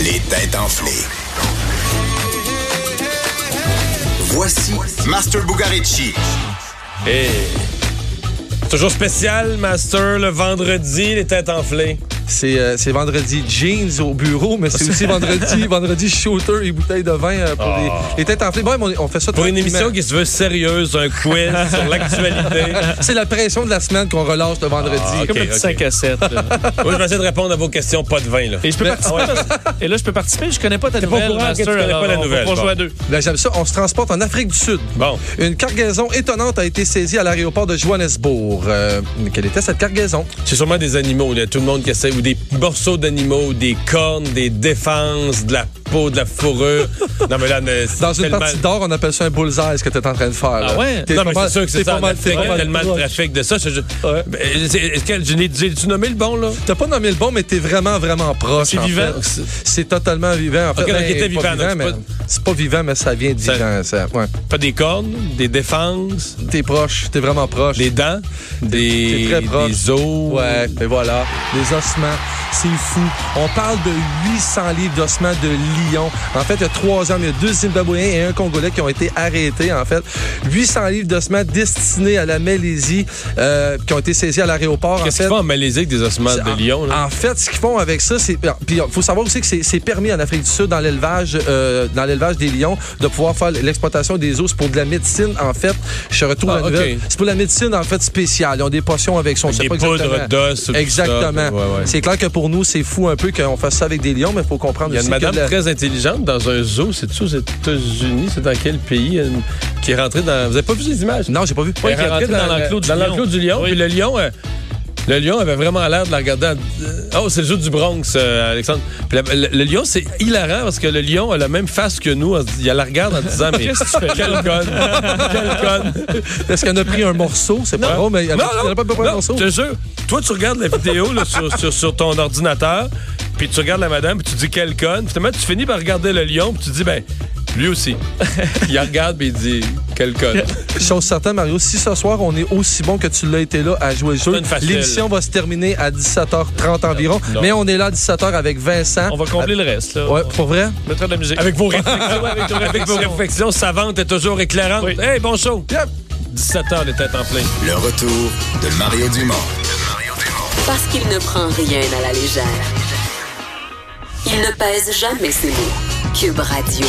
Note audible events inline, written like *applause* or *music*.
Les têtes enflées. Voici Master Bugarici. Et... Toujours spécial, Master, le vendredi, les têtes enflées. C'est euh, c'est vendredi jeans au bureau, mais c'est aussi *laughs* vendredi, vendredi shooter et bouteille de vin euh, pour les, les têtes enflées. Bon, on, on fait ça Ah. Pour une tranquillement. émission qui se veut sérieuse, un *laughs* quiz sur l'actualité. C'est la pression de la semaine qu'on relâche le vendredi. Ah, ok. Comme un petit 5 à 7. là. Moi, je vais essayer de répondre à vos questions, pas de vin, là. Et, je peux participer, parce- et là, je peux participer. Je connais pas ta ah T'es pas au nouvelle, courant que Master. tu connais alors pas la on- nouvelle, On bon. joue à deux. Là, Ben, j'aime ça. On se transporte en Afrique du Sud. Bon. Une cargaison étonnante a été saisie à l'aéroport de Johannesburg. Euh, quelle était cette cargaison? C'est sûrement des animaux, là, tout le monde qui essaie, ou des morceaux d'animaux, des cornes, des défenses, de la peau, de la *laughs* fourrure. non, mais là, mais c'est Dans une tellement- partie d'or, on appelle ça un bullseye, ce que tu es en train de faire. là. Ah ouais? T'es Non, pas mais mal- c'est sûr que t'es c'est pas ça. en mal- Afrique, Il t'es y pas a mal tellement de proche. trafic de ça. c'est juste- Ben, c'est- Est-ce que je l'ai dit- tu nommé le bon, là? T'as pas nommé le bon, mais t'es vraiment, vraiment proche. C'est en vivant? fait. C'est- C'est totalement vivant. En fait, Ben, Ok, donc il était pas vivant, donc c'est mais- pas- C'est pas vivant, mais ça vient de Ça- vivant. Ça... Ouais. Pas des cornes, des défenses, T'es proche, t'es vraiment proche. des dents, des, t'es très proche. des os. Ouais, mais voilà, les ossements, c'est fou. On parle de 800 livres d'ossements de lions. En fait, il y a trois hommes, il y a deux Zimbabwéens et un Congolais qui ont été arrêtés, en fait. 800 livres d'ossements destinés à la Malaisie, euh, qui ont été saisis à l'aéroport, en Qu'est-ce fait. qu'ils font en Malaisie avec des ossements de En- lion? là? En fait, ce qu'ils font avec ça, c'est. ah, Puis, il faut savoir aussi que c'est c'est permis en Afrique du Sud, dans l'élevage euh, dans l'élevage des lions, de pouvoir faire l'exploitation des os. C'est pour de la médecine, en fait. Je retrouve Ah, la ok. nouvelle. C'est pour la médecine, en fait, spéciale. Ils ont des potions avec son. Des poudres d'os. ou tout ça. Exactement. Ouais, ouais. C'est clair que pour nous, c'est fou un peu qu'on fasse ça avec des lions, mais il faut comprendre Il y a une aussi madame que la- très intelligente dans un zoo, c'est-tu aux États-Unis? C'est dans quel pays? Une- Qui est rentrée dans. Vous avez pas vu les images? Non, j'ai pas vu. Elle qui est rentrée dans le- l'enclos du dans lion. l'enclos du lion. Oui. Puis le lion, euh, le lion avait vraiment l'air de la regarder. en- euh, Oh, c'est le zoo du Bronx, euh, Alexandre. Puis la- le, le lion, c'est hilarant parce que le lion a la même face que nous. Il la regarde en *laughs* disant Mais Qu'est-ce que tu fais? quelle conne Quelle conne Est-ce qu'on a pris un morceau? C'est pas drôle, Oh, mais il y avait- il y en a pas pris un Hein? non, morceau. je te jure. Toi, tu regardes la vidéo là, *laughs* sur, sur- sur ton ordinateur, puis tu regardes la madame, puis tu dis quelle conne. Finalement, tu finis par regarder le lion, puis tu dis ben lui aussi. il regarde, puis il dit quelle conne. Chose certaine, Mario, si ce soir on est aussi bon que tu l'as été là à jouer le pas jeu, une facile. l'émission va se terminer à 17h30 environ. Non. Mais on est là à 17h avec Vincent. Euh, On va combler le reste. Là. Ouais, pour vrai? Mettre de la musique. Avec vos réflexions, avec, vos vos réflexions savantes et toujours éclairantes. Oui. Hey, bon show! 17h, les têtes en plein. Le retour de Mario Dumont. Parce qu'il ne prend rien à la légère. Il ne pèse jamais ses mots. Cube Radio.